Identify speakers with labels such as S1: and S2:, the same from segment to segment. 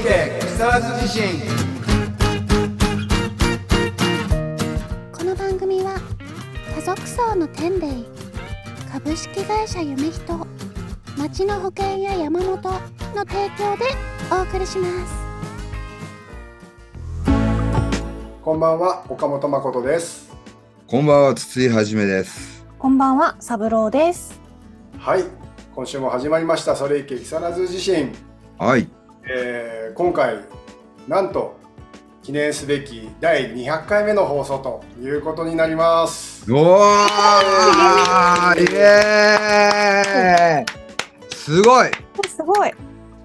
S1: サーズ地震
S2: この番組は家族層の天霊株式会社夢人町の保険や山本の提供でお送りします
S1: こんばんは岡本誠です
S3: こんばんは、筒井はじめです。
S4: こんばんは、サブローです。
S1: はい今週も始まりましたそれいけ木更津地震、
S3: はい、
S1: えー今回なんと記念すべき第200回目の放送ということになります
S3: おー、イエーイ。すごい。
S4: すごい。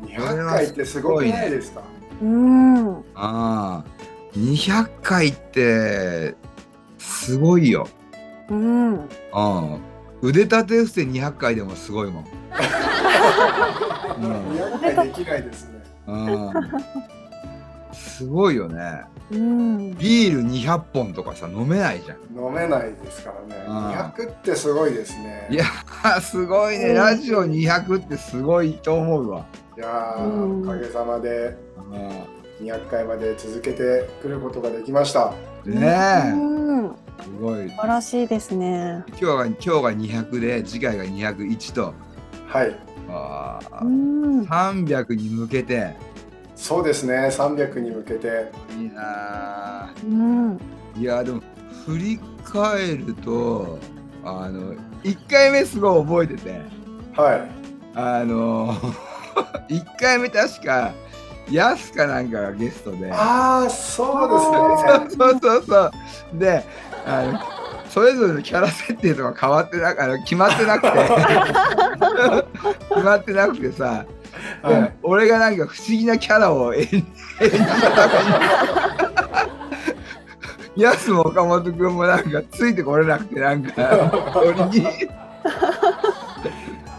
S1: 200回ってすごくないですか
S4: うん。
S3: ああ、二百回って。すごいよ。
S4: うん。
S3: ああ、腕立て伏せ二百回でもすごいもん。うん
S1: 200回できないですね
S3: うん、すごいよね。
S4: うん。
S3: ビール二百本とかさ、飲めないじゃん。
S1: 飲めないですからね
S3: あ
S1: 200ってすごいですね
S3: いやー、すごいね。ラジオ二百ってすごいと思うわ。
S1: いやー
S4: うん
S1: おかげさまで
S3: あ
S1: 200回まで続けてくることができました
S3: あね
S4: うん。
S3: え、すごい。
S4: 素晴らしいですね。
S3: 今日が今日が200で次回が201と
S1: はい
S3: あー
S4: うん。
S3: 300に向けて
S1: そうですね300に向けて
S3: いいなあ
S4: うん。
S3: いやでも振り返るとあの1回目すごい覚えてて
S1: はい
S3: あの 1回目確かやすかなんかがゲストで
S1: ああそうですね
S3: そうそうそうであのそれぞれのキャラ設定とか変わってなあの決まってなくて決まってなくてさ
S1: はい
S3: 俺がなんか不思議なキャラを演じ演じた中にやすも岡本君もなんかついてこれなくてなんか俺に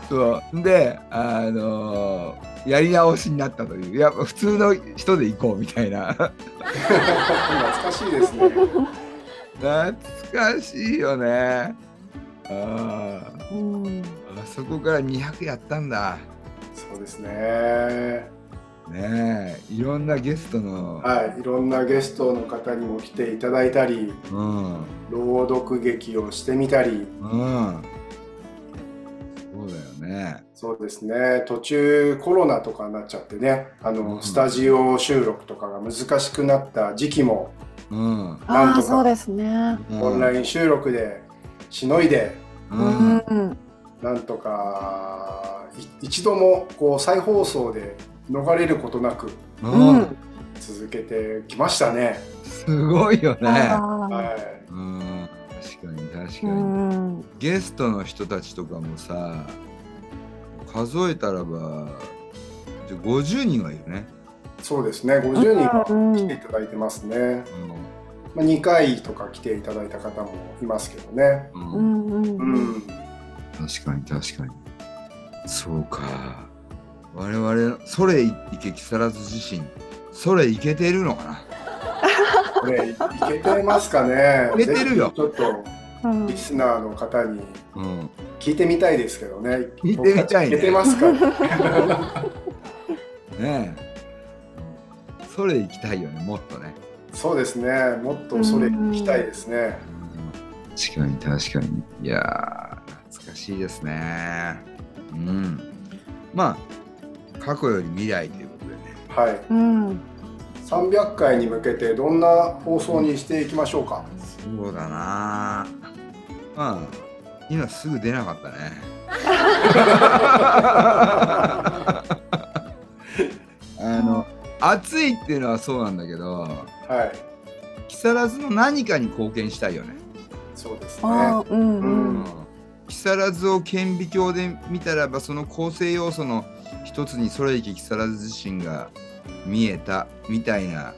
S3: そうであのーやり直しになったといういや普通の人で行こうみたいな
S1: 懐かしいですね
S3: 懐かしいよねあー
S4: うん。
S3: あそこから200やったんだ
S1: そうですね
S3: ねえいろんなゲストの、
S1: はいいろんなゲストの方にも来ていただいたり
S3: うん
S1: 朗読劇をしてみたり
S3: うん。そうだよね。
S1: そうですね途中コロナとかになっちゃってねあの、
S3: うん
S1: スタジオ収録とかが難しくなった時期も
S3: うん。う
S1: なんと
S4: あ
S1: か
S4: あ、そうですね。
S3: ん
S1: オンライン収録でしのいで、
S3: う。
S4: うんん。
S1: なんとかい一度もこう再放送で逃れることなく
S4: う
S3: うん。
S4: ん。
S1: 続けてきましたね。
S3: すごいよね。
S4: あ
S1: はい
S3: うん。確かに確
S4: ーう
S3: かに。
S4: ん。
S3: ゲストの人たちとかもさ、数えたらば、じゃ50人はいるね。
S1: そうですね50人は
S4: うん
S1: 来ていただいてますね、
S3: う
S1: まあ、2回とか来ていただいた方もいますけどね
S3: ん。
S4: う
S3: うん、
S4: ん。うん。
S1: う
S4: うん。
S1: ん
S3: 確かに確かに。そうか。我々、それいけ木更津自身、それいけてるのかな
S1: これいいけてますかね
S3: いけてるよ
S1: ぜひちょっとリスナーの方に
S3: うん。
S1: 聞いてみたいですけどね
S3: 聞いてみた
S1: 僕ち
S3: いね
S1: いけてますか
S3: ねえ。それ行きたいよね、もっとね。
S1: そうですねもっとそれ聞きたいですね
S3: 確かに確かに。いやー、懐かしいですね。うん。まあ、過去より未来ということでね。
S1: はい
S4: うん。
S1: 300回に向けてどんな放送にしていきましょうか
S3: そうだなまあ、今すぐ出なかっ たね。あの、暑いっていうのはそうなんだけど、
S1: はい
S3: 木更津の何かに貢献したいよね。
S1: そうですね
S4: あ
S1: は
S4: あ、うん。
S1: う
S4: うんん。
S3: 木更津を顕微鏡で見たらばその構成要素の一つにそれいけ木更津自身が見えたみたいな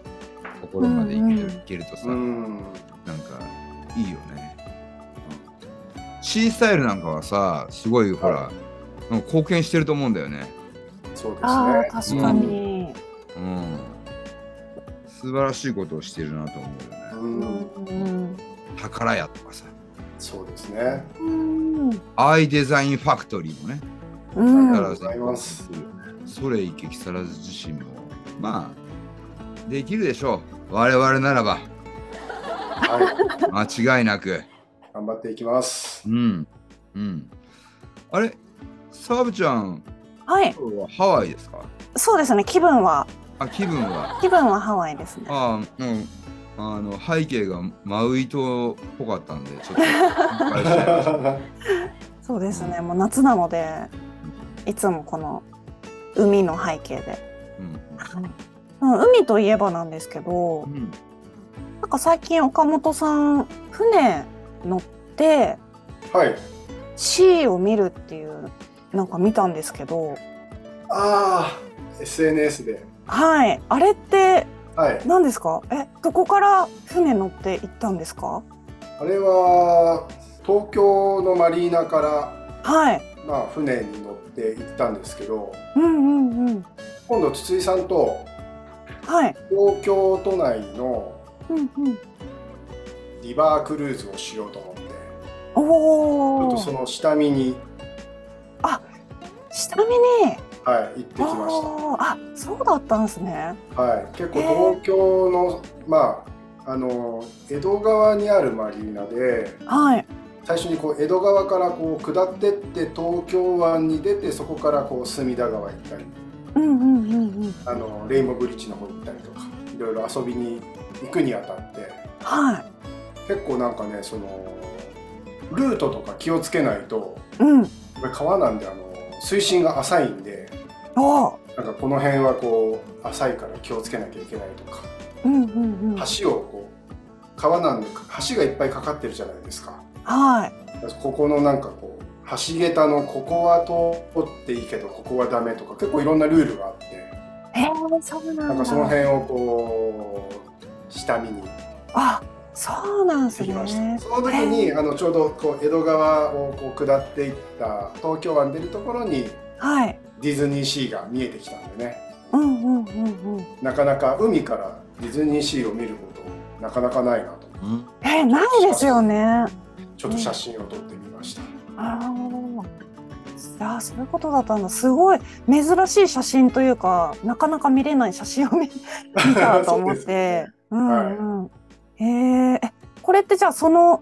S3: ところまでいける,、
S4: うんうん
S3: いけるとさ、
S1: うん
S3: なんかいいよね。C スタイルなんかはさすごいほら、なんか貢献してると思うんだよね。
S1: そうです
S4: あ
S1: ね
S4: あ、確かに。
S3: うん、素晴らしいことをしてるなと思うよね。
S4: う
S1: うん
S4: ん。
S3: 宝屋とかさ
S1: そうですね
S4: うん。
S3: アイデザインファクトリーもね。
S4: うん。
S1: ありがとうございます
S3: それいけ木更津自身もまあできるでしょう我々ならば
S1: はい、
S3: 間違いなく
S1: 頑張っていきます。
S3: うんうんあれサブちゃん
S4: はい、
S3: 今日はハワイですか
S4: そうですね。気分は
S3: あ気分は
S4: 気分はハワイですね。
S3: あうんあの背景がマウイ島っぽかったんでちょっと心配して
S4: そうですね。もう夏なので、いつもこの海の背景で。
S3: うん
S4: うん、海といえばなんですけど
S3: う、ん
S4: なんか最近岡本さん船乗って
S1: はい。
S4: シーを見るっていうなんか見たんですけど、
S1: ああ、SNS で。
S4: はい、あれって
S1: はい。
S4: 何ですか？え、どこから船乗って行ったんですか？
S1: あれは東京のマリーナから、
S4: はい、
S1: まあ、船に乗って行ったんですけど、
S4: うんうんうん、
S1: 今度筒井さんと
S4: はい、
S1: 東京都内の
S4: うんうん、
S1: リバークルーズをしようと思って、ちょ
S4: お
S1: っ
S4: お
S1: と、その下見に、
S4: 下見に
S1: はい、行ってき
S4: あ
S1: まし
S4: ーあ、そうだったんですね。
S1: た。はい、結構東京の、まああの江戸川にあるマリーナで。
S4: はい、
S1: 最初にこう江戸川からこう下ってって東京湾に出てそこからこう隅田川行ったり
S4: うんうんうんうん、
S1: あのレインボーブリッジの方行ったりとかいろいろ遊びに行くにあたって
S4: は
S1: 結構なんかねそのルートとか気をつけないと
S4: い、うん、
S1: やっぱり川なんであの水深が浅いんで
S4: おお、
S1: なんかこの辺はこう浅いから気をつけなきゃいけないとか
S4: うんうんうん、
S1: 橋をこう川なんで橋がいっぱいかかってるじゃないですか。
S4: はい。
S1: ここのなんかこう橋桁のここは通っていいけどここはダメとか結構いろんなルールがあって
S4: えー、そうなんだ。
S1: なんかその辺をこう下見に行
S4: あ、そうなんで
S1: って
S4: す
S1: きました、
S4: ね。
S1: その時にあのちょうどこう江戸川をこう下っていった東京湾出るところに
S4: はい。
S1: ディズニーシーが見えてきたんでね
S4: うんうんうんうん。
S1: なかなか海からディズニーシーを見ることなかなかないなと
S3: うん
S4: えー、ないですよね。あ
S1: ちょっと写真を撮ってみました、
S4: あー。あ、そういうことだったんだ。すごい珍しい写真というか、なかなか見れない写真を見 見たと思っ
S1: そうで
S4: て。うんうん。えー、え、これってじゃあその。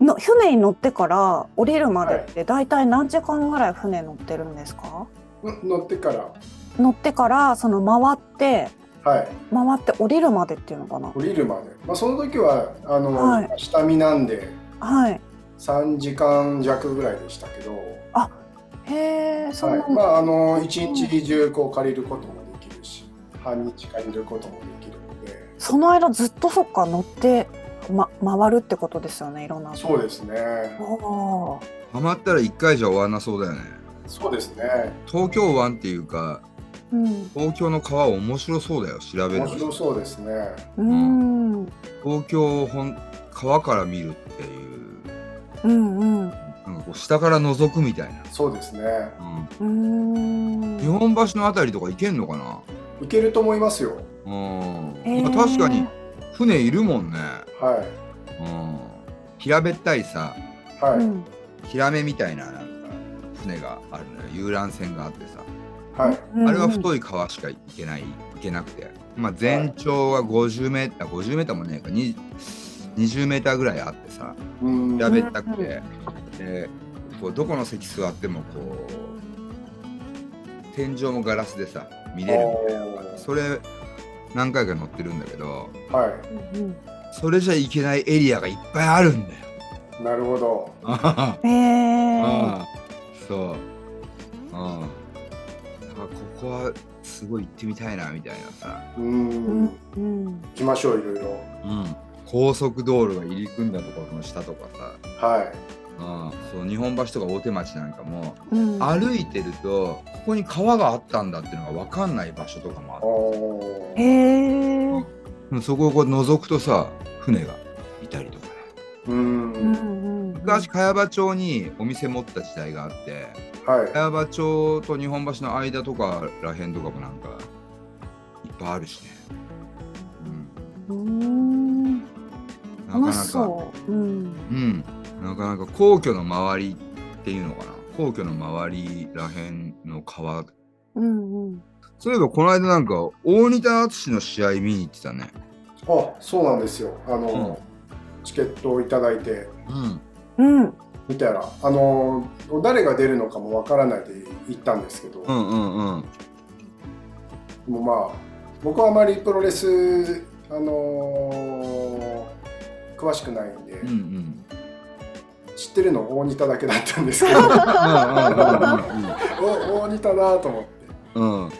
S4: の船に乗ってから降りるまでって大体何時間ぐらい船乗ってるんですか、
S1: うん乗ってから
S4: 乗ってからその回って
S1: はい
S4: 回って降りるまでっていうのかな
S1: 降りるまで、まあ、その時はあの、
S4: はい
S1: 下見なんで
S4: はい
S1: 3時間弱ぐらいでしたけど、
S4: へえ、そんな
S1: はい、まああの一日中こう借りることもできるし半日借りることもできるので
S4: その間ずっとそっか乗って、ま、回るってことですよねいろんな
S1: そう
S4: す
S1: ですね
S4: おー
S3: ハマったら一回じゃ終わんなそうだよね
S1: そうですね
S3: 東京湾っていうか
S4: うん
S3: 東京の川面白そうだよ調べる
S1: 面
S3: と
S1: 白そうですね
S4: うんうん
S3: 東京をほん川から見るっていう
S4: うん
S3: なんかこう下から覗くみたいな、
S1: そうですね
S3: うん、
S4: うん
S3: 日本橋のあたりとか行けんのかな
S1: 行けると思いますよ
S3: うん、
S4: へー
S3: まあ確かに船いるもんね、
S1: は
S3: うん、平べったいさ
S1: いはい、
S4: うん
S3: ヒラメみたいななんか船があるのよ遊覧船があってさ
S1: はい
S4: うん
S3: あれは太い川しか行けない行けなくて、まあ、全長は50メーター50メーターもねえかに20メーターぐらいあってさ
S1: うん
S3: 平べったくて、でこうどこの席座ってもこう天井もガラスでさ見れるみたいなのがあってそれ何回か乗ってるんだけど
S1: は
S4: うん
S3: それじゃいけないエリアがいっぱいあるんだよ。
S1: いなるほど
S3: あはは
S4: うんへー
S3: ああそうああだからここはすごい行ってみたいなみたいなさ、
S1: うん
S4: うんうん
S1: 行きましょういろいろ
S3: うん、高速道路が入り組んだところの下とかさ
S1: は
S3: ああそう日本橋とか大手町なんかも
S4: うん
S3: 歩いてるとここに川があったんだっていうのが分かんない場所とかもあ
S1: いお
S4: へ
S1: ー
S4: え
S3: ってそこをこう覗くとさ船がいたりとかね
S1: うん
S4: うんうん
S3: 昔茅場町にお店持った時代があって
S1: はい
S3: 茅場町と日本橋の間とからへんとかもなんかいっぱいあるしね、
S4: うん
S3: うん、なか
S4: 楽
S3: な
S4: し
S3: か
S4: そううん
S3: うんなかなか皇居の周りっていうのかな皇居の周りらへんの川
S4: うんうん
S3: そういえばこの間なんか大仁田敦の試合見に行ってたね。
S1: あそうなんですよあの、チケットをいただいて
S3: う
S4: う
S3: ん。
S4: ん。
S1: みたいなあの誰が出るのかもわからないで行ったんですけど、
S3: うんうんうん。
S1: もうまあ僕はあまりプロレスあのー詳しくないんで、
S3: うんうん。
S1: 知ってるの大仁田だけだったんです けどお大仁田だと思って
S3: うん。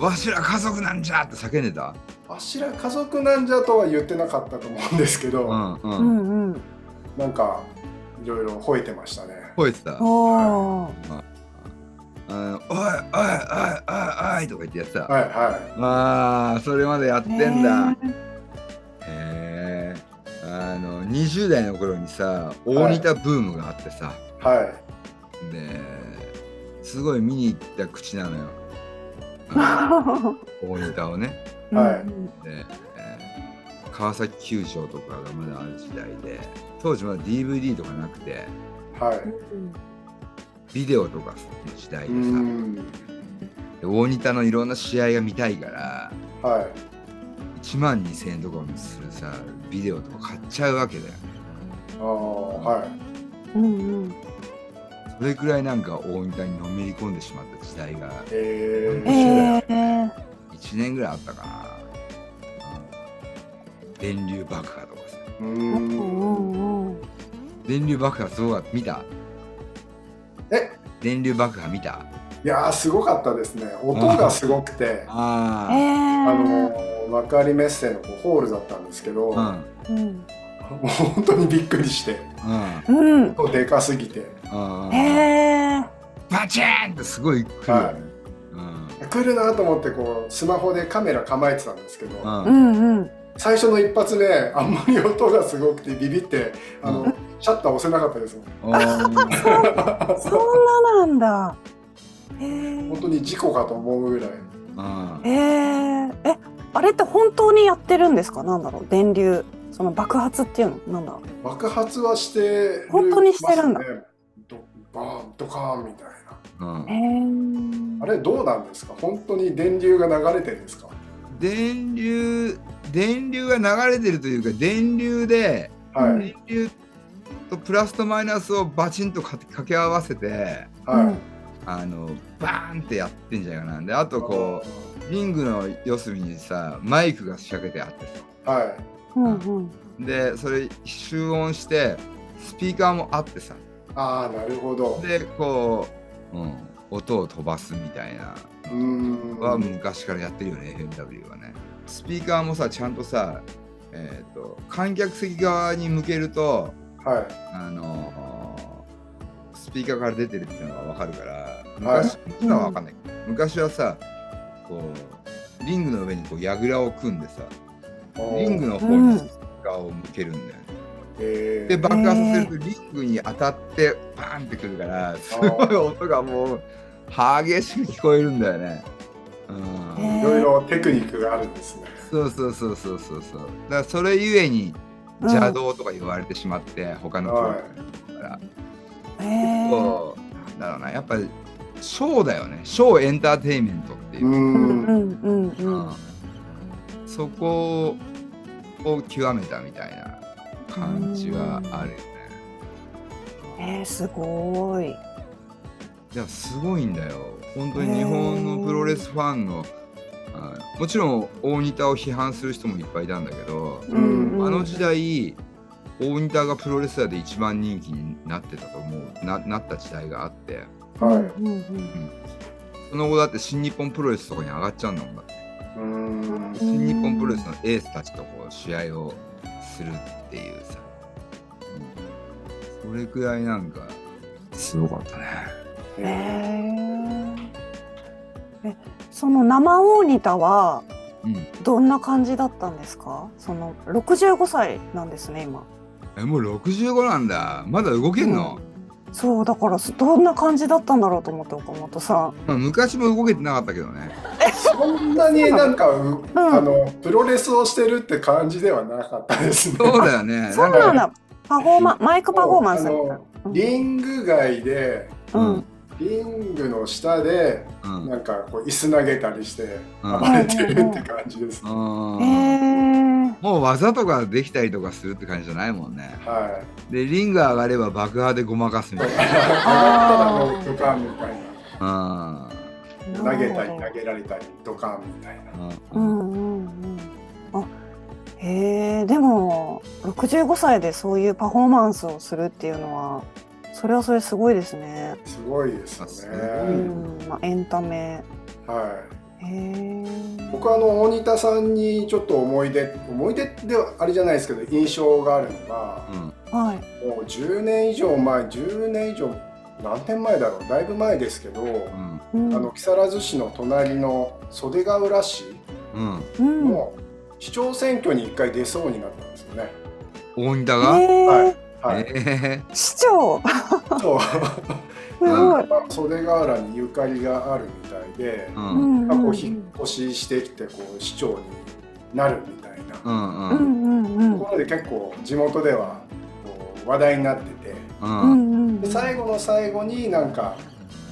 S3: わしら家族なんじゃって叫んでた。
S1: あしら家族なんじゃとは言ってなかったと思うんですけど、
S3: うんう。
S4: うんんうん。
S1: なんかいろいろ吠えてましたね
S3: 吠えてた。
S4: おお。
S3: うんおいおいおいおいおいとか言ってやってた。
S1: はいは
S3: ああそれまでやってんだ
S4: ね。え。
S3: へえ。あの20代の頃にさ大仁田ブームがあってさ。
S1: いはい
S3: ですごい見に行った口なの よ。大仁田をね。
S1: はい
S4: うん
S3: で、えー川崎球場とかがまだある時代で当時まだ DVD とかなくて
S1: はい
S4: うん
S3: ビデオとかの時代
S1: うー
S3: でさ
S1: ん
S3: で大仁田のいろんな試合が見たいから
S1: はい
S3: 1万2000円とかもするさビデオとか買っちゃうわけだよね
S1: あーはい
S4: うんうん。
S3: それくらいなんか大仁田にのめり込んでしまった時代が
S1: え
S4: え
S1: ー、
S4: えー。
S3: 1年ぐらいあったかな、うん電流爆破とかさ
S1: う
S4: う
S1: ーん
S4: んうん。
S3: 電流爆破すごかった見た
S1: え
S3: 電流爆破見た
S1: いやーすごかったですね音がすごくて
S3: あ
S4: ええー。
S1: あの幕張メッセのこうホールだったんですけど、も
S4: うん。
S1: う本当にびっくりして
S3: うんうん
S4: うん。
S1: 音でかすぎて
S4: ええ
S3: バチーンってすごい来るよね。うん
S1: 来るなと思ってこうスマホでカメラ構えてたんですけど、
S3: うん
S4: ー。うんうん。
S1: 最初の一発目あんまり音がすごくてビビってあの、
S3: う
S1: シャッター押せなかったですもん
S4: そんななんだ。ええ
S1: 本
S4: ー。
S1: 当に事故かと思うぐらい
S3: うん
S4: えー、え。あれって本当にやってるんですか。なんだろう。電流。その爆発っていうの、なんだろう。
S1: 爆発はしてる
S4: 本当にしてるんだ
S1: ますねドバーンドカーンみたいな
S3: うん
S4: ええー。
S1: あれどうなんですか本当に電流が流れてるんですか
S3: 電流電流が流れてるというか電流で
S1: はい、
S4: うん
S3: 電流とプラスとマイナスをバチンとか掛け合わせて
S1: はい、
S4: うん
S3: あのバーンってやってんじゃないかなであとこうリングの四隅にさマイクが仕掛けてあってさ
S1: うはい
S4: うんうん。
S3: でそれ集音してスピーカーもあってさ
S1: ああなるほど
S3: でこう、うん、音を飛ばすみたいな
S1: うーん
S3: は昔からやってるよね FMW はねスピーカーもさちゃんとさえっ、と観客席側に向けると
S1: はい
S3: あのースピーカーから出てるっていうのがわかるから昔、今はわかんないけど、昔はさこうリングの上にこう櫓を組んでさリングの方にスピーカーを向けるんだよね、
S1: えー
S3: で爆発するとリングに当たってバーンってくるからすごい音がもう激しく聞こえるんだよね。うん
S4: え
S1: いろいろテクニックがあるんですね
S3: そうそうそうそうそうそうだからそれゆえに邪道とか言われてしまって、他のプログラム
S4: え
S3: から、
S4: えー。
S3: こうなんだろうなやっぱりショーだよねショーエンターテインメントっていうう、
S4: うんうんんうんうん。
S3: そこを極めたみたいな感じはあるよね、
S4: えー、すごい。
S3: いやすごいんだよ本当に日本のプロレスファンの、はいもちろん大仁田を批判する人もいっぱいいたんだけど、
S1: うん
S3: あの時代大仁田がプロレスラーで一番人気になってたと思うななった時代があって
S1: はい
S4: うんうん
S3: その後だって新日本プロレスとかに上がっちゃうんだもんだって
S1: うーん
S4: うん
S3: 新日本プロレスのエースたちとこう試合をするっていうさ、うんそれくらいなんかすごかったね
S4: うん。えー、え、その生大仁田は
S3: うん
S4: どんな感じだったんですか？その65歳なんですね今。
S3: えもう65なんだまだ動けんの、
S4: そうだからそどんな感じだったんだろうと思って岡本さ
S3: まあ、昔も動けてなかったけどね
S1: そんなになんか、う
S4: うなの
S1: あのプロレスをしてるって感じではなかったですね。
S3: そうだよ ね
S4: ん。そう
S3: なんか
S4: なんだ。パフォーマンマイクパフォーマンスみたい
S1: もうあのリング外で
S4: な。うん。
S3: うん
S1: リングの下で
S3: うん
S1: なんかこう椅子投げたりして
S3: うん
S1: 暴れてるって感じです。
S3: あ
S4: え
S3: ー
S4: ー、
S3: もう技とかできたりとかするって感じじゃないもんね。
S1: はい。
S3: で、リング上がれば爆破でごまかすみたいな。
S1: ただのドカンみたい
S3: あ
S1: な投げたり
S4: なる
S1: 投げられたりドカンみたいな。
S3: ー
S4: ほどうんうんうん。あ、へえー、でも65歳でそういうパフォーマンスをするっていうのは、それはそれすごいですね。
S1: すごいですよ
S4: う
S1: ね。
S4: ん、まあエンタメ。
S1: はい。
S4: へー
S1: 僕はあの大仁田さんにちょっと思い出思い出ではあれじゃないですけど印象があるのが
S3: う、ん
S4: はい。
S1: もう10年以上前10年以上何年前だろうだいぶ前ですけど、
S3: うん
S4: うん
S1: あの木更津市の隣の袖ヶ浦市
S3: うん
S4: うん、
S1: の市長選挙に1回出そうになったんですよね。
S3: 大仁田が、
S4: え
S1: は
S4: ー
S1: い、はい、
S3: え
S4: 市長
S1: そう
S4: すごい。
S1: まあ袖ヶ浦にゆかりがあるみたいで
S3: ー、う
S4: うん
S3: うん
S4: ん
S1: まあこ
S4: うん
S1: う引っ越ししてきてこう市長になるみたいな。
S3: うん
S4: う
S3: うん
S4: んうんうん
S1: ところで結構地元ではこう話題になってて
S3: う
S4: うんんうん
S1: で最後の最後になんか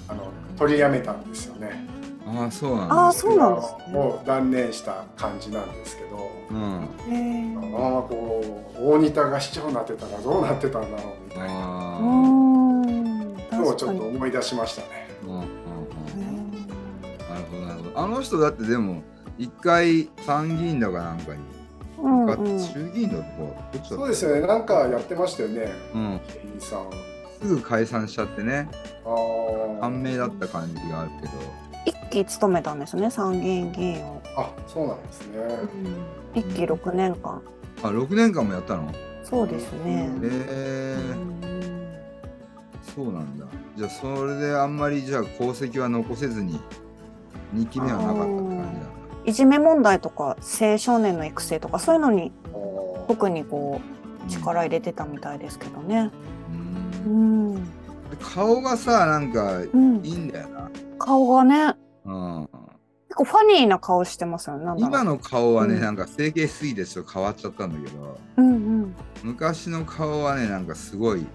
S1: あの取りやめたんですよね
S3: ああそうなん
S4: あ
S3: だ
S4: あそうなんです
S1: あの
S4: ね。
S1: もう断念した感じなんですけど
S3: うん
S4: へー
S1: このままこう大仁田が市長になってたらどうなってたんだろうみたいな
S4: う
S3: あ
S4: ー
S3: ー
S4: ん
S1: のをちょ
S4: 確か
S1: っと
S4: に。
S1: 思い出しましたね
S3: うんうんうん
S4: ね
S3: なるほどなるほどあの人だってでも一回参議院だかなんかに、
S4: うん
S3: な
S4: うん
S3: か
S4: ん
S3: 衆議院だとかどっちだ
S1: そうですよねなんかやってましたよね
S3: うん
S1: 芸人さんあ
S3: すぐ解散しちゃってね
S1: ー
S3: 判明だった感じがあるけど
S4: 一期勤めたんですね参議院議員を
S1: あそうなんですね
S4: 一期六年間
S3: あ六年間もやったの
S4: そうですね。
S3: へえそうなんだじゃあそれであんまりじゃあ功績は残せずに二期目はなかったって感じだ
S4: いじめ問題とか青少年の育成とかそういうのに
S1: あー
S4: 特にこ
S3: うん
S4: う力入れてたみたいですけどね。
S3: うん
S4: うん
S3: で顔がさなんかい
S4: うん
S3: いんだよな、
S4: 顔がね
S3: うん、
S4: 結構ファニーな顔してますよね。なんだろう
S3: 今の顔はね、
S4: うん
S3: なんか整形しすぎてちょっと変わっちゃったんだけど
S4: うんうん
S3: 昔の顔はねなんかすごい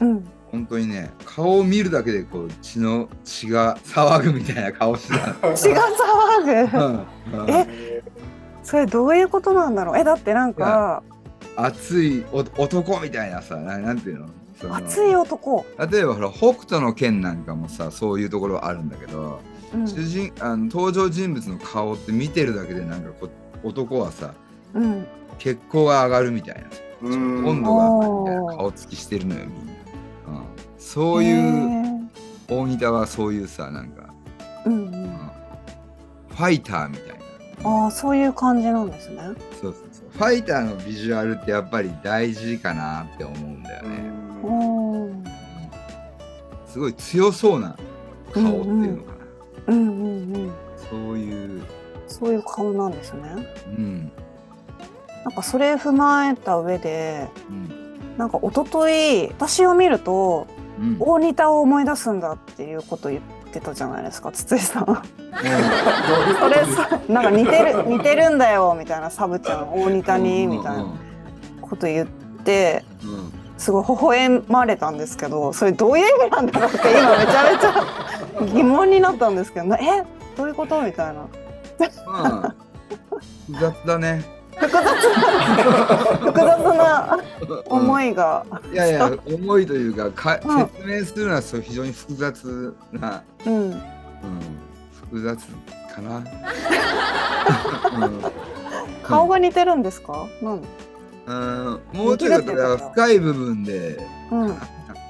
S4: うん。
S3: 本当にね顔を見るだけでこう血の血が騒ぐみたいな顔してた
S4: 血が騒ぐ。
S3: うんうん
S4: え それどういうことなんだろう。えだってなんか
S3: 熱いお男みたいなさななんていうのその
S4: 熱い男。
S3: 例えばほら北斗の拳なんかもさそういうところあるんだけど、
S4: うん
S3: 主人あの登場人物の顔って見てるだけでなんかこう男はさ
S4: うん。
S3: 血行が上がるみたいな
S1: うん
S3: 温度が上がるみたいな顔つきしてるのよみんな、うん、そういう
S4: へー
S3: 大仁田はそういうさなんか、
S4: うんう
S3: うん
S4: ん、
S3: ファイターみたいな
S4: ああそういう感じなんですね。
S3: そうそうそうファイターのビジュアルってやっぱり大事かなって思うんだよ
S1: う
S3: ね、
S1: ん
S4: おー
S3: うんすごい強そうな顔っていうのか
S4: う
S3: な、
S4: んうんうん。
S3: そういう
S4: そういう顔なんですね。
S3: うん
S4: なんかそれ踏まえた上で、
S3: うん
S4: なんか一昨日私を見ると
S3: うん
S4: 大仁田を思い出すんだっていうこと言ってたじゃないですか、筒井さん。
S1: どういうこ
S4: そ
S1: と
S4: れ
S1: ですか
S4: さ、なんか似てる似てるんだよみたいなサブちゃん大仁田にみたいなこと言って。
S3: うんうん
S4: すごい微笑まれたんですけどそれどういう意味なんだろうって今めちゃめちゃ疑問になったんですけどなえどういうことみたいな
S3: まあ複雑だね
S4: 複雑な思
S3: い、
S4: いが、
S3: うんいやい や思いというかか
S4: うん
S3: 説明するのはそう非常に複雑な、
S4: うん
S3: うん、複雑か な、
S4: 顔が似てるんですか、なん
S3: うんうん、もうちょっとだから深い部分で
S4: うん、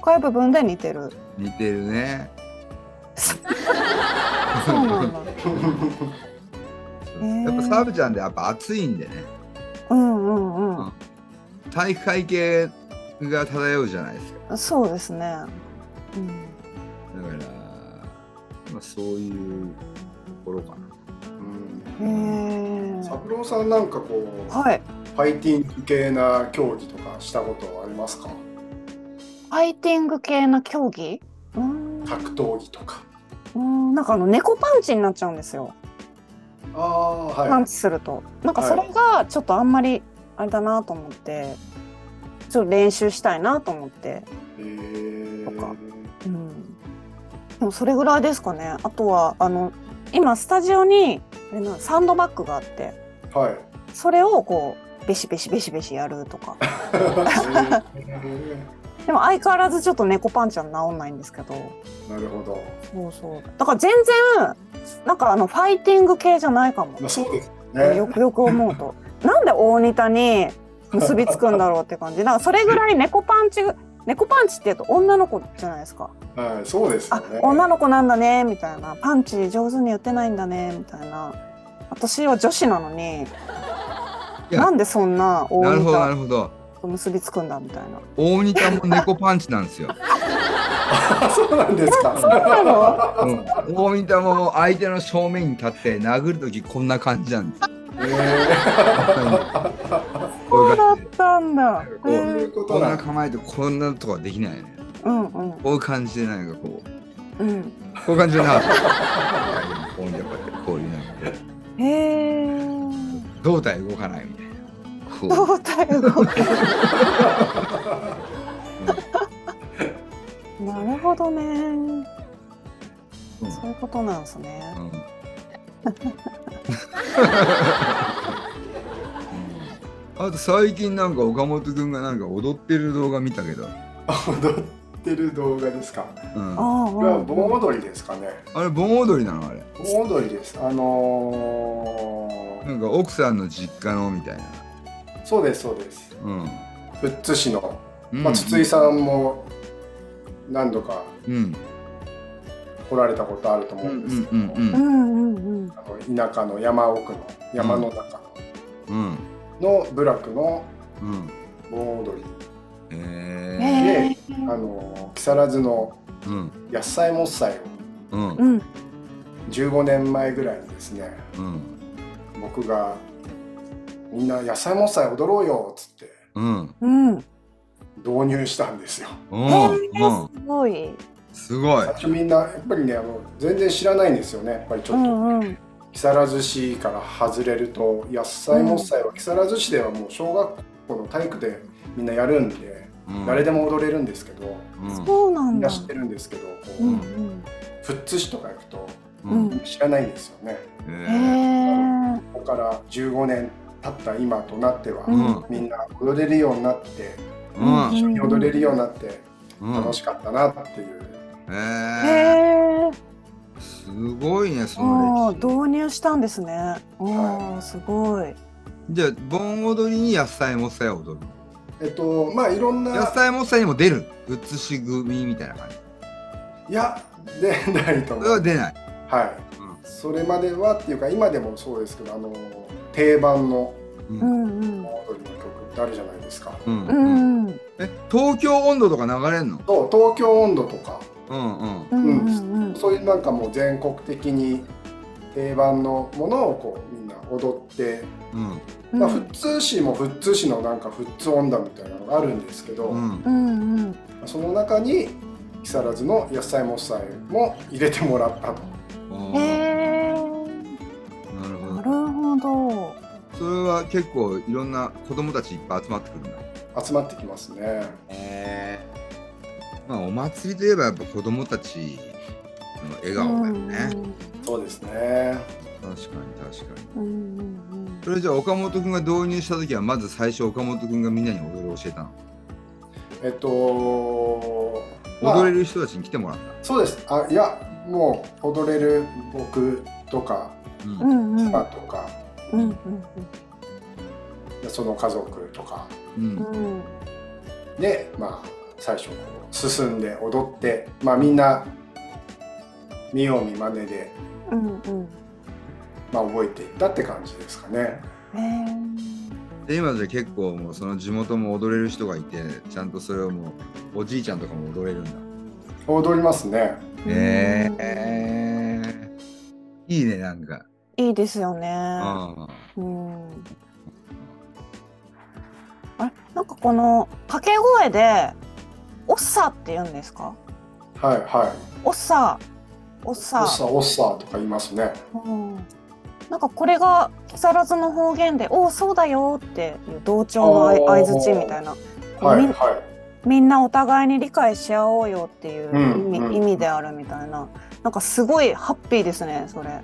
S4: 深い部分で似てる
S3: 似てるね
S4: そうなんだー
S3: やっぱサブちゃんでやっぱ熱いんでね
S4: うんうんう
S3: 体育会系が漂うじゃないですか
S4: んそうですね、うん、
S3: だから、まあ、そういうところか
S1: う
S3: な
S1: ん
S4: へえ
S1: 三郎さんなんかこう
S4: はい
S1: ファイティング系な競技とかしたことはありますか
S4: ファイティング系な競技うん
S1: 格闘技とか。
S4: うんなんかあの猫パンチになっちゃうんですよ
S1: ああ、はい。
S4: パンチするとなんかそれがちょっとあんまりあれだなと思ってちょっと練習したいなと思って、
S1: えー
S4: とかうん、もそれぐらいですかねあとはあの今スタジオにあれなサンドバッグがあって
S1: はい。
S4: それをこうベシベシベシベシやると かでも相変わらずちょっと猫パンチは治んないんですけど
S1: なるほど。
S4: そうそうだから全然なんかあのファイティング系じゃないかも
S1: まあ、そうです
S4: よ
S1: ね。
S4: くよく思うとなんで大仁田に結びつくんだろうって感じだからそれぐらい猫パンチ猫パンチって言うと女の子じゃないですか
S1: はい、そうですよ
S4: あ
S1: ね。
S4: 女の子なんだねみたいなパンチ上手に打てないんだねみたいな私は女子なのに
S3: いや
S4: なんでそんな大
S3: なるほどな
S4: 仁
S3: るほど
S4: 田と結びつくんだみたいな
S3: 大仁田も猫パンチなんですよ、
S1: あ そうなんですか。
S4: そうなの
S3: うん、大仁田も相手の正面に立って殴る時こんな感じなんです
S4: そうだっ
S3: こういう感じで
S4: たんだ
S3: こ
S1: そう
S4: う
S1: い
S4: ん
S1: うこと
S3: こん
S1: な
S3: なん
S1: だ。
S3: 構えてこんなとかできないよね
S4: うんうん
S3: こういう感じでなんかこう
S4: うん
S3: こういう感じでなかった大仁田こうやってこういうなんかこ
S4: へえ
S3: う胴体動かないみたいなこう
S4: 胴体動く なるほどね
S3: うん
S4: そういうことなんですね
S3: うんうんあと最近なんか岡本君がなんか踊ってる動画見たけど、
S1: 踊ってる動画ですか。
S3: うん、あ
S4: ああ
S1: これは盆踊りですかね。
S3: れ盆踊りなのあれ
S1: 盆踊りです。あの
S3: なんか奥さんの実家のみたいな
S1: ー、そうですそうです。
S3: うん
S1: 富津市の、
S3: うん
S1: まあ、筒井さんも何度か
S3: うん
S1: 来られたことあると
S3: う
S1: 思うんん
S3: う
S1: です
S3: ん
S1: けど、
S3: うんう
S4: うんんうんうん
S1: あの田舎の山奥の山の中
S3: うん
S1: のの部落の
S3: うん
S1: 盆踊り
S4: へ
S3: え
S4: え
S1: あの木更津の
S3: ーうん
S1: 野菜もっさいを
S3: うん
S4: うん
S1: 15年前ぐらいにですね
S3: うん
S1: 僕が「みんな野菜もっさい踊ろうよ」っつって
S3: うん
S4: うん
S1: 導入したんですよ。
S3: うんうん
S4: すごい。
S3: すごい
S1: 最初みんなやっぱりねあの全然知らないんですよねやっぱりち
S4: う
S1: ょっと、
S4: んうん。
S1: 木更津市から外れると野菜もっさいは木更津市ではもう小学校の体育でみんなやるんで、誰で
S3: だ
S1: も踊れるんですけど
S4: そうな
S1: み
S4: ん
S1: んな
S4: だ。
S1: 知ってるんですけどこ
S4: うん
S1: う
S4: うん。
S1: 富津市とか行くと
S3: うん
S4: うん
S1: 知らないんですよね。
S3: え
S4: へ
S3: ー
S4: え。
S1: ここから15年経った今となっては、
S4: うん
S1: みんな踊れるようになって
S3: うん
S1: 一緒に踊れるようになって
S3: うん
S1: 楽しかったなっていう、
S3: え
S4: へ
S3: ー
S4: え。
S3: すごいねそ
S4: ああ、
S3: の歴史
S4: 導入したんですね。ああ、すごい。
S3: じゃあ盆踊りに野菜もっさいを踊る
S1: えっとまあいろんな
S3: 野菜もっさいにも出る写し組みたいな感じ
S1: いや出ないと
S3: そ
S1: 思
S3: れは
S1: う。
S3: 出ない
S1: はい、
S3: う
S1: それまではっていうか今でもそうですけどあの定番の
S3: う
S4: うんんうん。
S1: 盆踊りの曲ってあるじゃないですか。
S3: う
S4: う
S3: んうん
S4: んうん。
S3: え東京温度とか流れんの
S1: と東京温度とか
S3: うんうん
S4: うんうんうん。
S1: そういうなんかもう全国的に定番のものをこうみんな踊って、
S3: うん
S1: まあ、富津市も富津市のなんか富津温暖みたいなのがあるんですけど、
S3: うん
S4: うんうん。
S1: その中に木更津の野菜もっさいも入れてもらったと。
S4: へ
S3: あ
S4: え。
S3: ーなるほ
S4: な
S3: ど
S4: るほど。
S3: それは結構いろんな子供たちいっぱい集まってくるんだ
S1: 集まってきますね。
S3: へえまあお祭りといえばやっぱ子供たちの笑顔だよね
S1: そうですね。
S3: 確かに確か
S4: うん
S3: に
S4: うんうん
S3: それじゃあ岡本君が導入した時はまず最初岡本君がみんなに踊りを教えたの、
S1: えっと、
S3: 踊れ
S1: る。
S3: る人たちに来てもらっ
S1: そうです。あ、いや、もう踊れる僕とか
S3: た、うん
S4: うん。うんうん。
S1: 妻とか、
S4: うんうん
S1: その家族とか
S3: うん
S4: うん。うん。
S1: で、まあ最初こう進んで踊って、まあみんな見よう見まねで、
S4: うんうん。
S1: まあ覚えていったって感じですかね。
S4: へえ。
S3: で今じゃ結構もうその地元も踊れる人がいてちゃんとそれをもうおじいちゃんとかも踊れるんだ
S1: 踊りますね。
S3: へえいいねなんか
S4: いいですよね。
S3: あ
S4: うん。あれ、なんかこの掛け声で。おっさって言うんですか。
S1: はいはい。
S4: おっさ。おっ
S1: お
S4: さ
S1: っ。さおっさとか言いますね。
S4: うん。なんかこれが木更津の方言で、おお、そうだよっていう同調のあい
S1: あー
S4: 相槌みたいな。
S1: はい
S4: み
S1: は
S4: みんなお互いに理解し合おうよっていう意味,、
S1: うんうん
S4: 意味であるみたいななんかすごいハッピーですねそれ。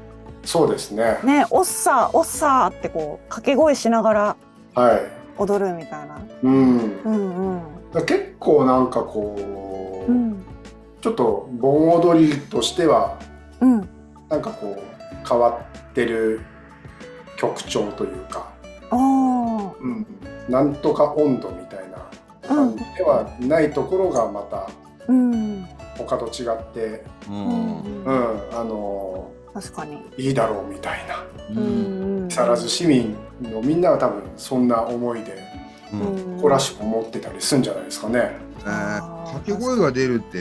S1: そうですね。
S4: ねおっさーおっさーってこう掛け声しながら
S1: はい。
S4: 踊るみたいな。
S1: うん。だか
S4: うんうん
S1: ら結構なんかこう、
S4: うん
S1: ちょっと盆踊りとしては
S4: うん
S1: なんかこう変わってる曲調というか、
S4: あ
S1: うん、なんとか温度みたいな
S4: あう
S1: 感
S4: ん
S1: じではないところがまた
S4: うん
S1: 他と違って、
S3: うん
S1: うん、あの
S4: 確かに。
S1: いいだろうみたいな
S4: うん
S1: 木更津市民のみんなは多分そんな思いで
S3: うん
S1: 誇らしく思ってたりするんじゃないですかね。
S3: えー掛け声が出るって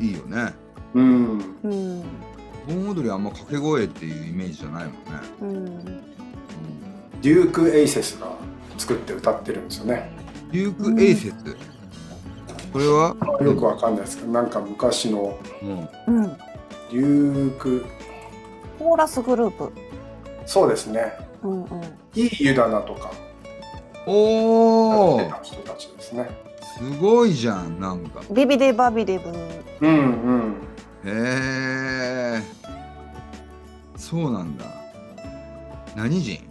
S3: いいよね
S1: うん、
S4: うん
S3: 盆踊りあんま掛け声っていうイメージじゃないもんね、
S4: うん
S1: デューク・エイセスが作って歌ってるんですよね。
S3: うん、デューク・エイセス、これは
S1: よくわかんないですけどなんか昔の
S3: うん
S4: うん
S1: デューク
S4: コーラスグループ。
S1: そうですね
S4: うんうん
S1: いい湯だなとか
S3: おお
S1: やってた人たちですね。
S3: すごいじゃんなんか
S4: ビビデバビデブ。
S1: うんうん。
S3: へえそうなんだ何人
S1: 日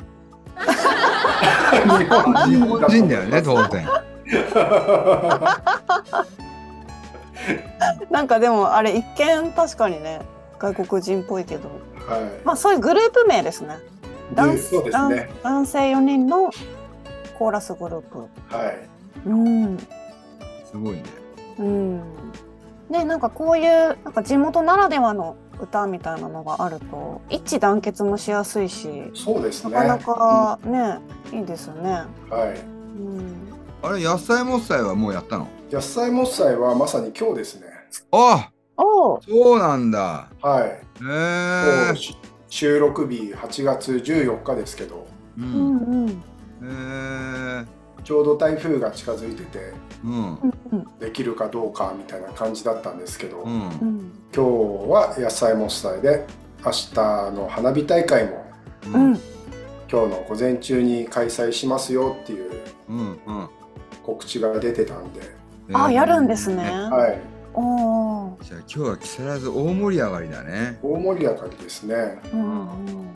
S1: 本
S3: 日本人だ よね当然
S4: なんかでもあれ一見確かにね外国人っぽいけど、
S1: は
S4: まあそういうグループ名ですね。
S1: い。
S4: 男
S1: でそうですね。
S4: 男男性四人のコーラスグループ。
S1: はい。
S4: うん
S3: すごいね
S4: うん。ねなんかこういうなんか地元ならではの歌みたいなのがあると一致団結もしやすいし、
S1: そうです
S4: な
S1: ね。
S4: かなかね、いいですよね。
S1: うんはい。
S4: うん。
S3: あれ野菜もっさいはもうやったの
S1: 野菜もっさいはまさに今日ですね。
S3: あ
S4: おう
S3: そうなんだ
S1: はい。
S3: へ
S1: も
S3: え
S1: うし収録日8月14日ですけど、
S3: う
S4: うんんうん
S3: へえ
S1: ちょうど台風が近づいてて
S3: うん
S4: うん
S1: できるかどうかみたいな感じだったんですけど、
S3: う
S1: 今
S3: ん
S4: うん
S1: 日は野菜もっさいで明日の花火大会も
S3: う
S4: うんん
S1: 今日の午前中に開催しますよっていう
S3: うんうん
S1: 告知が出てたんで、
S4: あやるんですね。
S1: はい、
S4: おお。
S3: じゃあ今日は木更津大盛り上がりだね
S1: 大盛り上がりですね。
S4: うんうんうん。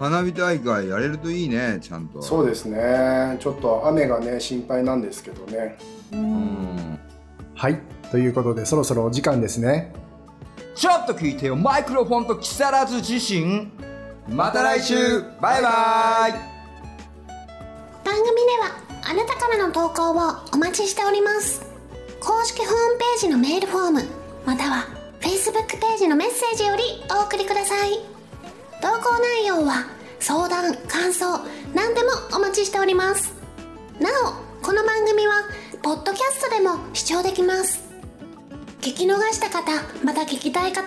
S3: 花火大会やれるといいねちゃんと
S1: そうですね。ちょっと雨がね心配なんですけどね。
S4: う
S3: うんん
S1: はい。ということでそろそろお時間ですね。
S3: ちょっと聞いてよマイクロフォンと木更津自身また来週バイバイ
S2: 番組ではあなたからの投稿をお待ちしております公式ホームページのメールフォームまたは Facebook ページのメッセージよりお送りください投稿内容は相談感想何でもお待ちしておりますなおこの番組はポッドキャストでも視聴できます聞き逃した方また聞きたい方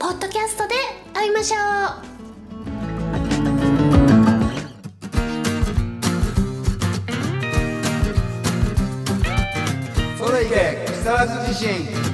S2: ポッドキャストで会いましょう
S3: それいけ木更津自身